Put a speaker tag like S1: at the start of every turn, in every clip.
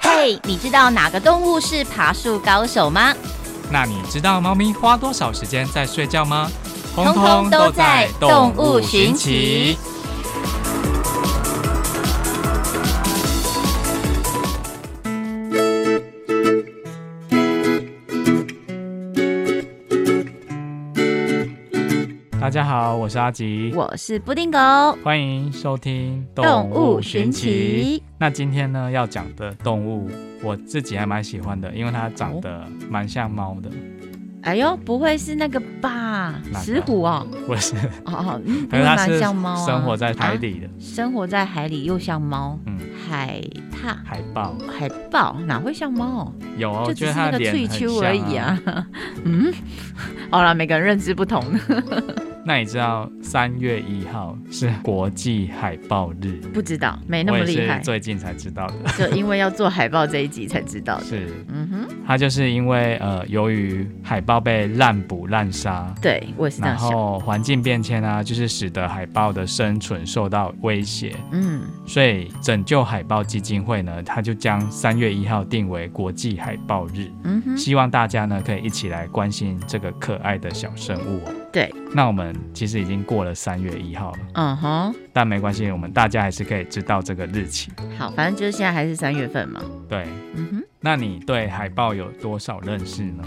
S1: 嘿，你知道哪个动物是爬树高手吗？
S2: 那你知道猫咪花多少时间在睡觉吗？
S1: 通通都在动物寻奇。
S2: 大家好，我是阿吉，
S1: 我是布丁狗。
S2: 欢迎收听
S1: 动物寻奇。
S2: 那今天呢，要讲的动物，我自己还蛮喜欢的，因为它长得蛮像猫的。
S1: 哎呦，不会是那个吧？
S2: 哪个
S1: 石虎哦，
S2: 我是，
S1: 哦哦，嗯
S2: 可是它
S1: 不
S2: 是
S1: 蛮像猫啊
S2: 生活在海
S1: 啊
S2: 底的
S1: 生活在海里又像猫，
S2: 嗯
S1: 海獭、
S2: 海豹。
S1: 海豹哪会像猫？
S2: 有啊，我
S1: 就只
S2: 觉得
S1: 是
S2: 它
S1: 那个
S2: 的
S1: 翠
S2: 脸很
S1: 秋
S2: 像
S1: 而已啊。。 嗯，好了，每个人认知不同，
S2: 那你知道三月一号是国际海豹日？
S1: 不知道，没哎那
S2: 我
S1: 么
S2: 也
S1: 厉害
S2: 是，最近才知道的。
S1: 就因为要做海报这一集才知道的。
S2: 是，
S1: 嗯哼，
S2: 它就是因为呃，由于海豹被滥捕滥杀，
S1: 对，我也是这
S2: 然
S1: 样想。
S2: 后环境变迁啊，就是使得海豹的生存受到威胁，
S1: 嗯，
S2: 所以拯救海豹基金会呢，它就将三月一号定为国际海豹日，
S1: 嗯哼，
S2: 希望大家呢可以一起来关心这个可爱的小生物、哦。
S1: 对，
S2: 那我们其实已经过了三月一号了，
S1: 嗯哼，
S2: 但没关系，我们大家还是可以知道这个日期。
S1: 好，反正就是现在还是三月份嘛。
S2: 对，
S1: 嗯哼。
S2: 那你对海豹有多少认识呢？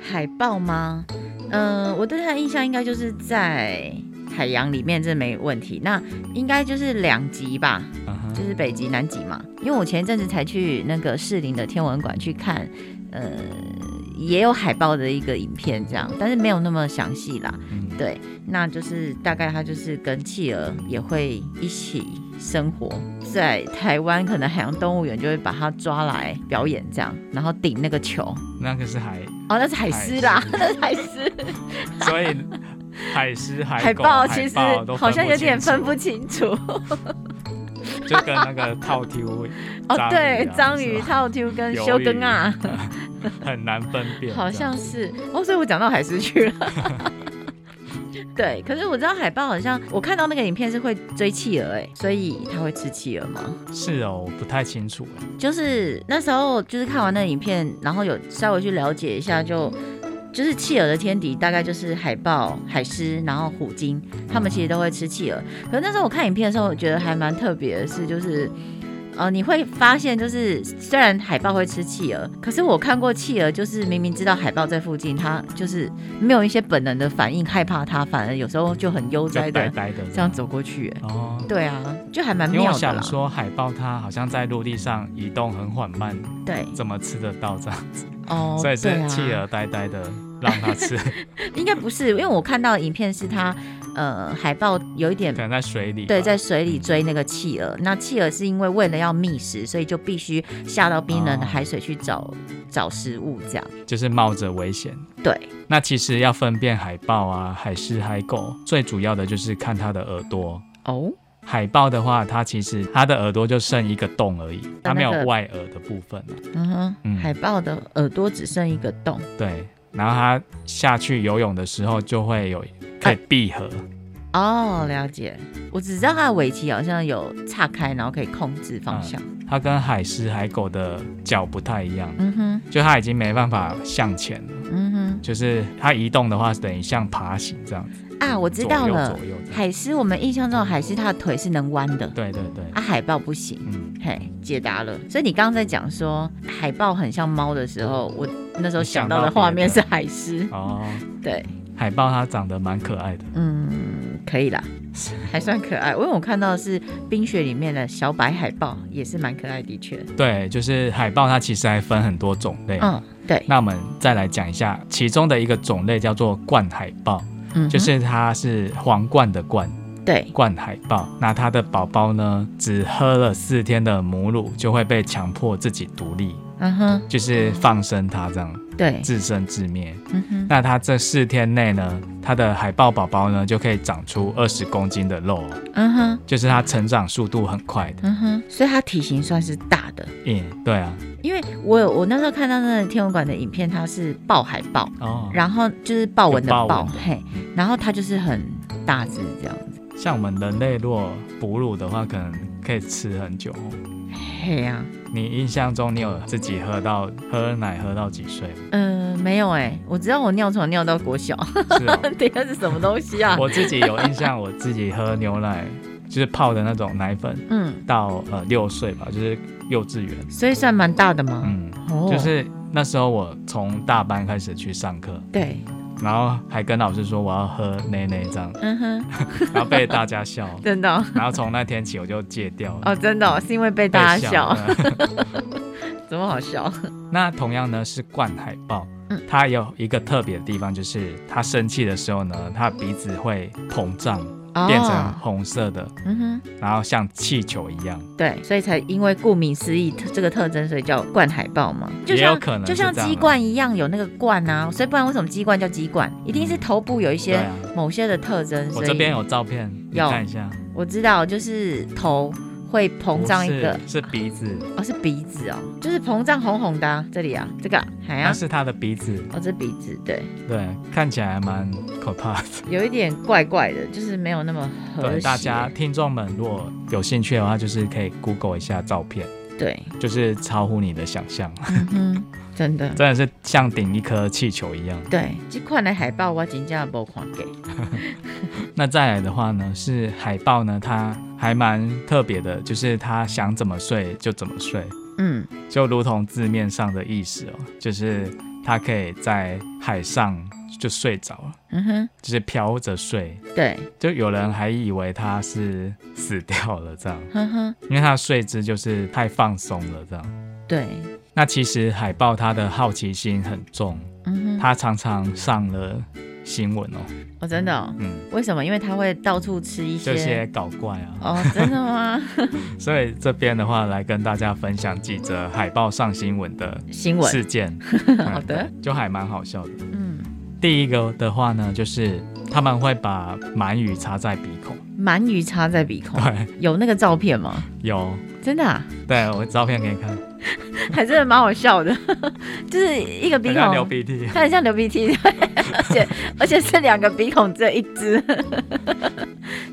S1: 海豹吗？嗯、我对它的印象应该就是在海洋里面，这没问题。那应该就是两极吧，
S2: 嗯哼
S1: 就是北极、南极嘛。因为我前一阵子才去那个士林的天文馆去看，呃，也有海豹的一个影片这样，但是没有那么详细啦。
S2: 嗯
S1: 对，那就是大概它就是跟企鹅也会一起生活，在台湾可能海洋动物园就会把它抓来表演这样，然后顶那个球。
S2: 那个是海，
S1: 哦，那是海狮啦， 那是海狮。
S2: 所以海狮、
S1: 海
S2: 海狗、
S1: 豹其实
S2: 豹都
S1: 好像有点
S2: 清
S1: 分
S2: 楚
S1: 不清 楚。
S2: 就跟那个套 Q
S1: 哦，对，章
S2: 章
S1: 鱼、
S2: 鱼啊、
S1: 套 Q 跟
S2: 是吧
S1: 修根啊，
S2: 鱿鱼很难分辨，
S1: 好像是。哦，所以我讲到海狮去 了。对，可是我知道海豹好像，我看到那个影片是会追企鹅，哎，所以它会吃企鹅吗？
S2: 这样是哦，我不太清楚哎，
S1: 就是那时候就是看完那影片，然后有稍微去了解一下就。就是企鹅的天敌大概就是海豹、海狮，然后虎鲸，它们其实都会吃企鹅。可是那时候我看影片的时候，我觉得还蛮特别的是，就是呃，你会发现，就是虽然海豹会吃企鹅，可是我看过企鹅，就是明明知道海豹在附近，它就是没有一些本能的反应，害怕它，反而有时候就很悠哉
S2: 就呆
S1: 的
S2: 呆的
S1: 这样走过去。哎
S2: 哦。
S1: 对啊，就还蛮
S2: 因为
S1: 妙
S2: 我
S1: 的
S2: 想
S1: 啦。
S2: 说，海豹它好像在陆地上移动很缓慢，
S1: 对，
S2: 怎么吃得到这样？
S1: 哦，
S2: 所以
S1: 对
S2: 是
S1: 啊
S2: 企鹅呆呆的让它 吃，
S1: 应该不是，因为我看到的影片是它，呃，海豹有一点
S2: 可能在水里吧。
S1: 对，在水里追那个企鹅。那企鹅是因为为了要觅食，所以就必须下到冰冷的
S2: 哦
S1: 海水去找、找食物，这样。
S2: 就是冒着危险。
S1: 对，
S2: 那其实要分辨海豹啊、海狮、海狗，最主要的就是看它的耳朵。
S1: 哦，
S2: 海豹的话，它其实它的耳朵就剩一个洞而已，它没有
S1: 啊那个
S2: 外耳的部分啊、
S1: 嗯哼，
S2: 嗯
S1: 海豹的耳朵只剩一个洞，
S2: 对，然后它下去游泳的时候就会有可以闭合，
S1: 哦，了解。我只知道它的尾鳍好像有岔开，然后可以控制方向。
S2: 它跟海狮、海狗的脚不太一样，
S1: 嗯哼，
S2: 就它已经没办法向前了，
S1: 嗯哼，
S2: 就是它移动的话等于像爬行这样子，
S1: 啊，我知道
S2: 左右
S1: 了
S2: 左。右这样。
S1: 海狮，我们印象中的海狮，它的腿是能弯的，
S2: 对对对，
S1: 啊，海豹不行。
S2: 嗯，
S1: 嘿，解答了。所以你刚刚在讲说海豹很像猫的时候，我那时候想到的画面是海狮。
S2: 哦，
S1: 对，
S2: 海豹它长得蛮可爱的，
S1: 嗯，可以啦，还算可爱。因为我看到的是冰雪里面的小白海豹，也是蛮可爱的，的确。
S2: 对，就是海豹它其实还分很多种类。
S1: 嗯，对，
S2: 那我们再来讲一下其中的一个种类，叫做冠海豹，
S1: 嗯哼，
S2: 就是它是皇冠的冠，
S1: 对，
S2: 冠海豹，那它的宝宝呢，只喝了四天的母乳，就会被强迫自己独立，
S1: 嗯哼，
S2: 就是放生它这样
S1: 对，
S2: 自生自灭。
S1: 嗯哼，
S2: 那它这四天内呢，它的海豹宝宝呢就可以长出二十公斤的肉，哦
S1: 嗯哼，
S2: 就是它成长速度很快的。
S1: 嗯哼，所以它体型算是大的。
S2: 嗯，对啊，
S1: 因为我有我那时候看到那个天文馆的影片，它是豹海豹，
S2: 哦，
S1: 然后就是豹纹的
S2: 有豹
S1: 豹，
S2: 纹的
S1: 嘿，然后它就是很大只这样子，
S2: 像我们人类如果哺乳的话，可能可以吃很久哦。
S1: 嘿呀、
S2: 你印象中你有自己喝到喝奶喝到几 岁吗？
S1: 嗯、没有哎、我知道我尿床尿到国小，
S2: 是哦，
S1: 等一下是什么东西啊？
S2: 我自己有印象，我自己喝牛奶就是泡的那种奶粉，
S1: 嗯，
S2: 到呃六岁吧，就是幼稚园，
S1: 所以算蛮大的嘛。
S2: 嗯，
S1: 哦，
S2: 就是那时候我从大班开始去上课，
S1: 对，
S2: 然后还跟老师说我要喝奶奶这样，
S1: 嗯哼，
S2: 然后被大家笑，
S1: 真的哦
S2: 然后从那天起我就戒掉了。
S1: 哦，真的哦是因为被大家笑，
S2: 被笑
S1: 怎么好笑？
S2: 那同样呢是灌海豹
S1: 嗯，
S2: 它有一个特别的地方，就是它生气的时候呢，它鼻子会膨胀， 变成
S1: 哦，
S2: 红色的，
S1: 嗯
S2: 然后像气球一样。
S1: 哼，对，所以才因为顾名思义特这个特征，所以叫冠海豹嘛，就
S2: 也
S1: 像
S2: 有可能
S1: 就
S2: 是
S1: 像
S2: 这样啊
S1: 鸡冠一样有那个冠啊，所以不然为什么鸡冠叫鸡冠？一定是头部有一
S2: 对
S1: 些
S2: 啊，
S1: 某些的特征，
S2: 我
S1: 所
S2: 这
S1: 以
S2: 边有照片，你
S1: 有
S2: 看一下，
S1: 我知道就是头会膨胀一个
S2: 不，是是鼻子，
S1: 哦是鼻子哦，就是膨胀红红的啊、这里啊，这个啊海
S2: 那
S1: 啊，
S2: 是它的鼻子，
S1: 哦这鼻子对。
S2: 对，看起来还蛮可怕的。
S1: 有一点怪怪的，就是没有那么和
S2: 对，
S1: 谐。
S2: 大家听众们如果有兴趣的话，就是可以 Google 一下照片，
S1: 对，
S2: 就是超乎你的想象，
S1: 嗯哼，真的
S2: 真的是像顶一颗气球一样。
S1: 对。这款的海报我真正无看过。
S2: 那再来的话呢，是海豹呢，它还蛮特别的，就是它想怎么睡就怎么睡，
S1: 嗯，
S2: 就如同字面上的意思哦，就是它可以在海上就睡着了，
S1: 嗯哼，
S2: 就是飘着睡。
S1: 对，
S2: 就有人还以为它是死掉了这样，
S1: 哼哼，
S2: 因为它的睡姿就是太放松了这样。
S1: 对，
S2: 那其实海豹它的好奇心很重，
S1: 嗯哼，
S2: 它常常上了新闻哦，
S1: 哦，真的、哦，
S2: 嗯，
S1: 为什么？因为他会到处吃一
S2: 这
S1: 些。
S2: 些搞怪啊，
S1: 哦，真的吗？
S2: 所以这边的话，来跟大家分享几则海报上新闻的
S1: 新闻，
S2: 事件。 嗯
S1: 好的，
S2: 就还蛮好笑的。
S1: 嗯，
S2: 第一个的话呢，就是他们会把鳗鱼插在鼻孔，
S1: 鳗鱼插在鼻孔，
S2: 对，
S1: 有那个照片吗？
S2: 有，
S1: 真的啊，
S2: 对我照片给你看，
S1: 还真的蛮好笑的， 就是一个鼻
S2: 人家流
S1: 孔，
S2: 鼻涕，
S1: 它很像流鼻涕， 对而且而且是两个鼻孔只有一只，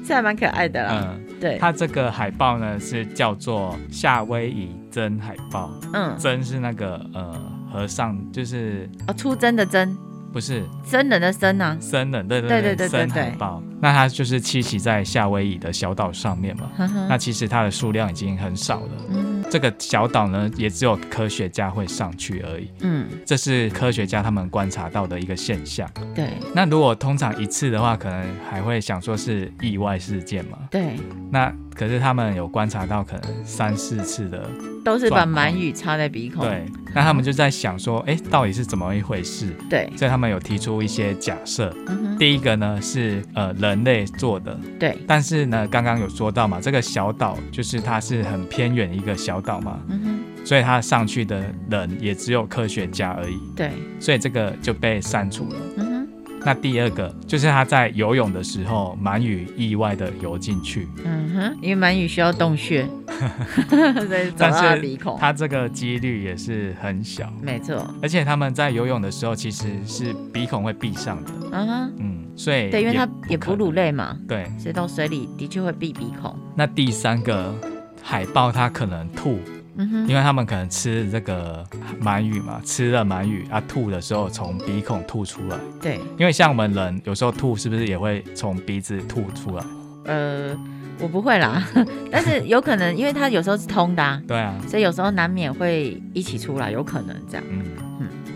S1: 这还蛮可爱的啦。
S2: 嗯。
S1: 对，
S2: 它这个海报呢是叫做夏威夷真海报，
S1: 嗯，
S2: 真是那个呃和尚，就是
S1: 哦，出征的征，
S2: 不是
S1: 真人的真啊，
S2: 僧人，对对
S1: 对对对对
S2: 僧
S1: 对
S2: 海豹。那它就是栖息在夏威夷的小岛上面嘛。
S1: 呵呵
S2: 那其实它的数量已经很少了。
S1: 嗯
S2: 这个小岛呢，也只有科学家会上去而已。
S1: 嗯，
S2: 这是科学家他们观察到的一个现象。
S1: 对
S2: 那如果通常一次的话，可能还会想说是意外事件嘛。
S1: 对，
S2: 那可是他们有观察到可能三四次的，
S1: 都是把
S2: 转
S1: 鳗鱼插在鼻孔，
S2: 对。那他们就在想说，哎，到底是怎么一回事？
S1: 对，
S2: 所以他们有提出一些假设。
S1: 嗯哼，
S2: 第一个呢是呃人类做的，
S1: 对，
S2: 但是呢刚刚有说到嘛，这个小岛就是它是很偏远一个小岛嘛，
S1: 嗯哼，
S2: 所以它上去的人也只有科学家而已，
S1: 对，
S2: 所以这个就被删除了。
S1: 嗯哼，
S2: 那第二个就是他在游泳的时候，鳗鱼意外的游进去，
S1: 嗯哼，因为鳗鱼需要洞穴， 所以走到它
S2: 但
S1: 的
S2: 是
S1: 鼻孔，
S2: 它这个几率也是很小，
S1: 没错，
S2: 而且他们在游泳的时候其实是鼻孔会闭上的，
S1: 啊哈，
S2: 嗯，所以
S1: 对，因为它
S2: 也
S1: 也
S2: 不可
S1: 哺
S2: 能
S1: 乳类嘛，
S2: 对。
S1: 所以到水里的确会闭鼻孔，
S2: 那第三个海豹它可能吐。
S1: 嗯哼，
S2: 因为他们可能吃这个鳗鱼嘛，吃了鳗鱼啊，吐的时候从鼻孔吐出来。
S1: 对，
S2: 因为像我们人有时候吐，是不是也会从鼻子吐出来？
S1: 呃，我不会啦， 但是有可能，因为它有时候是通的啊。
S2: 对啊，
S1: 所以有时候难免会一起出来，有可能这样。
S2: 嗯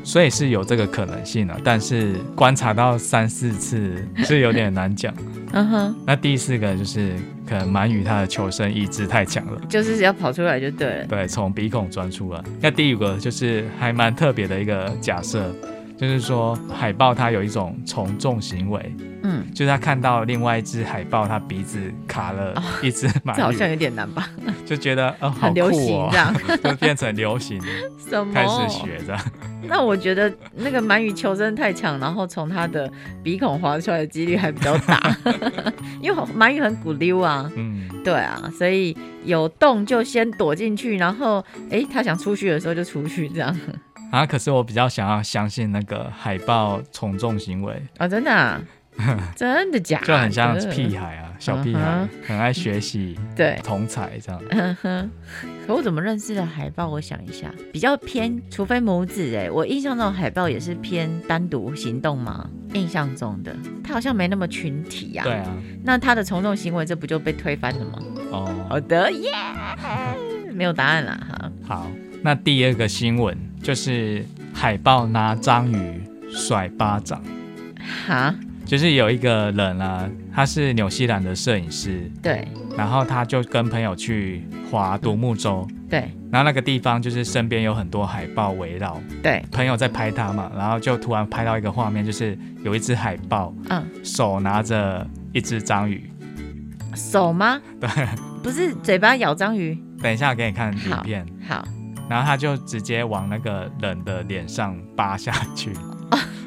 S2: 所以是有这个可能性的、但是观察到三四次是有点难讲。
S1: 嗯哼，
S2: 那第四个就是可能鳗鱼它的求生意志太强了。
S1: 就是只要跑出来就对了。
S2: 对，从鼻孔钻出来。那第五个就是还蛮特别的一个假设，就是说海豹它有一种从众行为，
S1: 嗯，
S2: 就是他看到另外一只海豹，它鼻子卡了一只
S1: 这
S2: 鳗
S1: 好
S2: 鱼，
S1: 像有点难吧？
S2: 就觉得哦好
S1: 很流
S2: 酷
S1: 行这
S2: 哦，
S1: 样。
S2: 就变成流行，
S1: 什么？
S2: 开始学这样。
S1: 那我觉得那个鳗鱼求生太强，然后从它的鼻孔滑出来的几率还比较大， 因为鳗鱼很骨溜啊。
S2: 嗯，
S1: 对啊，所以有洞就先躲进去，然后诶，它想出去的时候就出去这样。
S2: 啊，可是我比较想要相信那个海豹从众行为，
S1: 啊哦，真的、啊，真的假的？
S2: 就很像屁孩啊，小屁孩，很爱学习，
S1: 对，
S2: 同才这 样。
S1: 嗯哼，可我怎么认识的海豹？我想一下，比较偏，除非母子哎、我印象中海豹也是偏单独行动嘛，印象中的它好像没那么群体呀、
S2: 对啊，
S1: 那它的从众行为，这不就被推翻了吗？
S2: 哦，
S1: 好的耶没有答案啦哈。
S2: 好。那第二个新闻就是海豹拿章鱼甩巴掌，
S1: 哈，
S2: 就是有一个人啊，他是纽西兰的摄影师，
S1: 对
S2: 然后他就跟朋友去划独木舟，
S1: 对
S2: 然后那个地方就是身边有很多海豹围绕，
S1: 对，
S2: 朋友在拍他嘛，然后就突然拍到一个画面，就是有一只海豹
S1: 嗯，
S2: 手拿着一只章鱼。
S1: 手吗？
S2: 对，
S1: 不是嘴巴咬章鱼。
S2: 等一下给你看影片，
S1: 好，
S2: 然后他就直接往那个人的脸上扒下 去。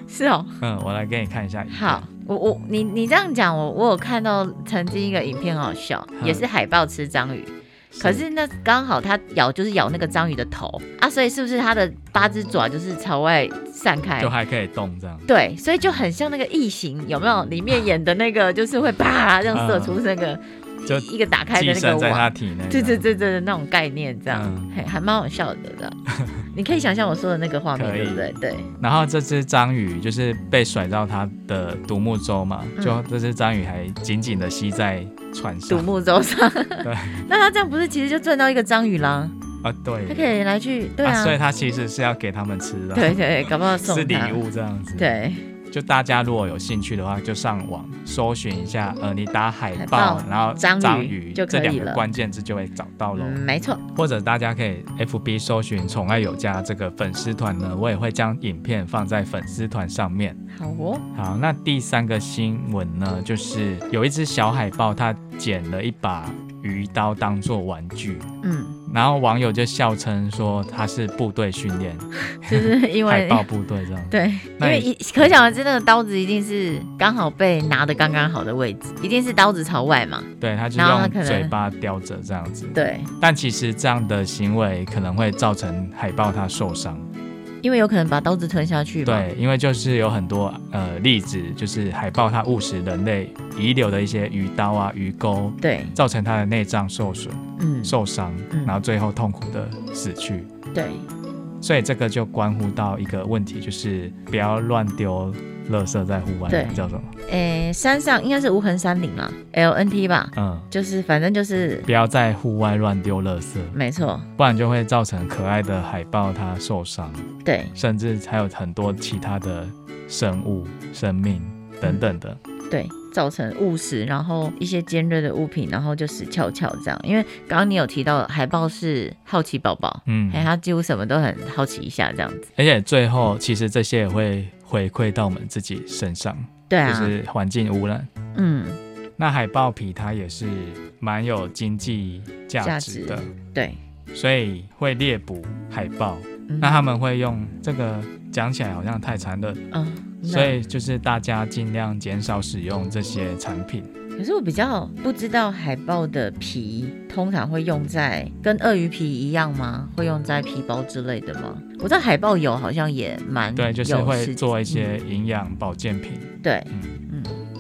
S1: 是哦。
S2: 嗯，我来给你看一下影片。
S1: 好，我我你你这样讲，我我有看到曾经一个影片很好笑，
S2: 嗯
S1: 也是海豹吃章鱼，
S2: 是，
S1: 可是那刚好它咬就是咬那个章鱼的头啊，所以是不是它的八只爪就是朝外散开
S2: 就？还可以动这样。
S1: 对，所以就很像那个异形，有没有？里面演的那个就是会啪这样射出那个、
S2: 嗯就
S1: 一个打开的
S2: 寄
S1: 那个
S2: 生在
S1: 网，
S2: 他体内。
S1: 对对，对对的那种概念，这样、
S2: 嗯
S1: 嘿还蛮好笑的这样你可以想象我说的那个画面，
S2: 可以
S1: 对不对？对，
S2: 然后这只章鱼就是被甩到他的独木舟嘛，
S1: 嗯
S2: 就这只章鱼还紧紧的吸在船
S1: 独
S2: 上。
S1: 木舟上，
S2: 对
S1: 那他这样不是其实就赚到一个章鱼啦？
S2: 啊，对
S1: 他。可以来去，对啊，
S2: 所以他其实是要给他们吃的，
S1: 对对对，搞不好送
S2: 是礼
S1: 他。
S2: 物这样子。，
S1: 对，
S2: 就大家如果有兴趣的话，就上网搜寻一下，呃，你打海
S1: 嗯海
S2: 豹，
S1: 豹
S2: 然后
S1: 章鱼
S2: 鱼
S1: 就可
S2: 这
S1: 以
S2: 两个
S1: 了
S2: 关键字就会找到喽。
S1: 嗯，没错，
S2: 或者大家可以 FB 搜寻“宠爱有加”这个粉丝团呢，我也会将影片放在粉丝团上面。
S1: 好哦，
S2: 好，那第三个新闻呢，就是有一只小海豹，它捡了一把鱼刀当做玩具，
S1: 嗯，
S2: 然后网友就笑称说它是部队训练，
S1: 就是因
S2: 海
S1: 为
S2: 豹部队这样。
S1: 对，因
S2: 那
S1: 为
S2: 你
S1: 一可想而知，那个刀子一定是刚好被拿的刚刚好的位置，一定是刀子朝外嘛，
S2: 对，它就
S1: 然后它
S2: 用
S1: 可能
S2: 嘴巴叼着这样子。
S1: 对，
S2: 但其实这样的行为可能会造成海豹它受伤。
S1: 因为有可能把刀子吞下去嘛，
S2: 对，因为就是有很多呃例子，就是海豹它误食人类遗留的一些鱼刀啊、鱼钩，
S1: 对，
S2: 造成它的内脏受损、
S1: 嗯，
S2: 受伤
S1: 嗯，
S2: 然后最后痛苦的死去。
S1: 对，
S2: 所以这个就关乎到一个问题，就是不要乱丢垃圾在户外
S1: 对，
S2: 叫什么？
S1: 诶，山上应该是无痕山林啦，LNT 吧，
S2: 嗯，
S1: 就是反正就是，
S2: 不要在户外乱丢垃圾，
S1: 没错，
S2: 不然就会造成可爱的海豹它受伤，
S1: 对，
S2: 甚至还有很多其他的生物、生命等等的。
S1: 对，造成误食，然后一些尖锐的物品，然后就死翘翘这样。因为刚刚你有提到海豹是好奇宝宝，
S2: 嗯，
S1: 哎、它几乎什么都很好奇一下这样子。
S2: 而且最后其实这些也会回馈到我们自己身上，
S1: 对
S2: 就
S1: 啊，
S2: 是环境污染。
S1: 嗯，
S2: 那海豹皮它也是蛮有经济价值的，
S1: 对，
S2: 所以会猎捕海豹。
S1: 嗯
S2: 那他们会用这个讲起来好像太残忍，
S1: 嗯，那
S2: 所以就是大家尽量减少使用这些产品。
S1: 可是我比较不知道海豹的皮通常会用在跟鳄鱼皮一样吗？会用在皮包之类的吗？我知道海豹油好像也蛮
S2: 对，就是
S1: 有
S2: 会
S1: 事
S2: 做一
S1: 嗯
S2: 些营养保健品。
S1: 对，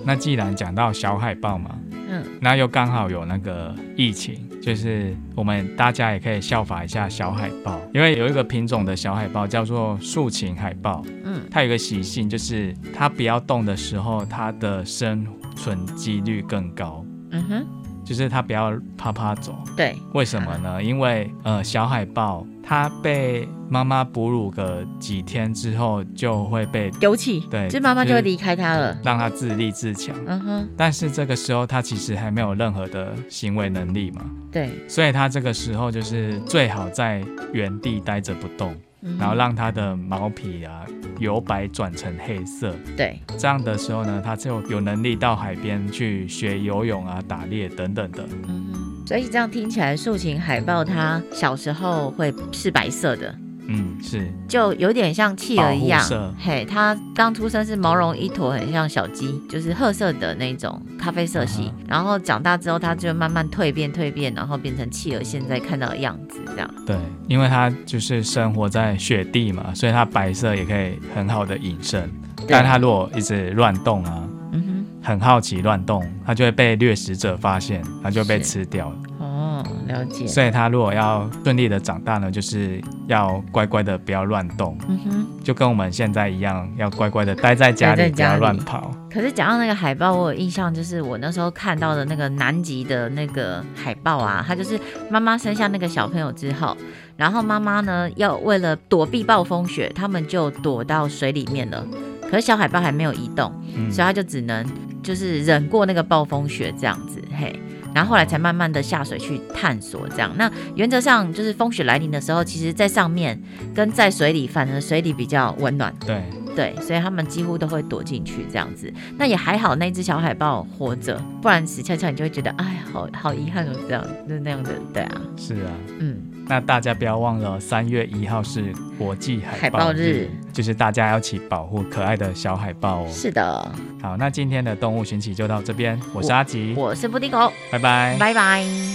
S2: 那既然讲到小海豹嘛，
S1: 嗯，
S2: 那又刚好有那个疫情，就是我们大家也可以效法一下小海豹，因为有一个品种的小海豹叫做竖琴海豹，
S1: 嗯，
S2: 它有一个习性，就是它不要动的时候，它的生存几率更高，
S1: 嗯哼，
S2: 就是它不要趴趴走。
S1: 对，
S2: 为什么呢？因为呃，小海豹它被妈妈哺乳个几天之后，就会被
S1: 丢弃，
S2: 对
S1: 这妈妈就会
S2: 就是
S1: 离开它了。
S2: 让它自立自强。
S1: 嗯哼，
S2: 但是这个时候，它其实还没有任何的行为能力嘛，
S1: 对，
S2: 所以它这个时候就是最好在原地待着不动，
S1: 嗯哼
S2: 然后让它的毛皮啊由白转成黑色。
S1: 对，
S2: 这样的时候呢，它就有能力到海边去学游泳啊、打猎等等的。
S1: 嗯，所以这样听起来，竖琴海豹它小时候会是白色的，
S2: 嗯，是
S1: 就有点像企鹅一
S2: 保护色
S1: 样。嘿，它刚出生是毛绒一坨，很像小鸡，就是褐色的那种咖啡色系。
S2: 嗯
S1: 然后长大之后，它就慢慢蜕变蜕变，然后变成企鹅现在看到的样子这样。
S2: 对，因为它就是生活在雪地嘛，所以它白色也可以很好的隐身。但它如果一直乱动啊，
S1: 嗯哼，
S2: 很好奇乱动，它就会被掠食者发现，它就被
S1: 是
S2: 吃掉了。
S1: 哦，了解。
S2: 所以它如果要顺利的长大呢，就是要乖乖的不要乱动，
S1: 嗯哼。
S2: 就跟我们现在一样，要乖乖的待在家
S1: 待在
S2: 里，不要
S1: 家
S2: 乱
S1: 里
S2: 跑。
S1: 可是讲到那个海报，我有印象，就是我那时候看到的那个南极的那个海报啊，它就是妈妈生下那个小朋友之后，然后妈妈呢要为了躲避暴风雪，他们就躲到水里面了。可是小海豹还没有移动，
S2: 嗯
S1: 所以他就只能就是忍过那个暴风雪这样子，嘿。然后后来才慢慢的下水去探索，这样。那原则上就是风雪来临的时候，其实在上面跟在水里，反而水里比较温暖，
S2: 对，
S1: 对，所以他们几乎都会躲进去这样子。那也还好，那只小海豹活着，不然死翘翘你就会觉得，哎，好好遗憾哦，这样就是那样的，对啊，
S2: 是啊。
S1: 嗯，
S2: 那大家不要忘了，三月一号是国际海豹
S1: 海豹日
S2: 就是大家要一起保护可爱的小海豹哦。
S1: 是的，
S2: 好，那今天的动物寻奇就到这边，我是
S1: 我
S2: 阿吉，
S1: 我是布丁狗，
S2: 拜拜。
S1: 拜拜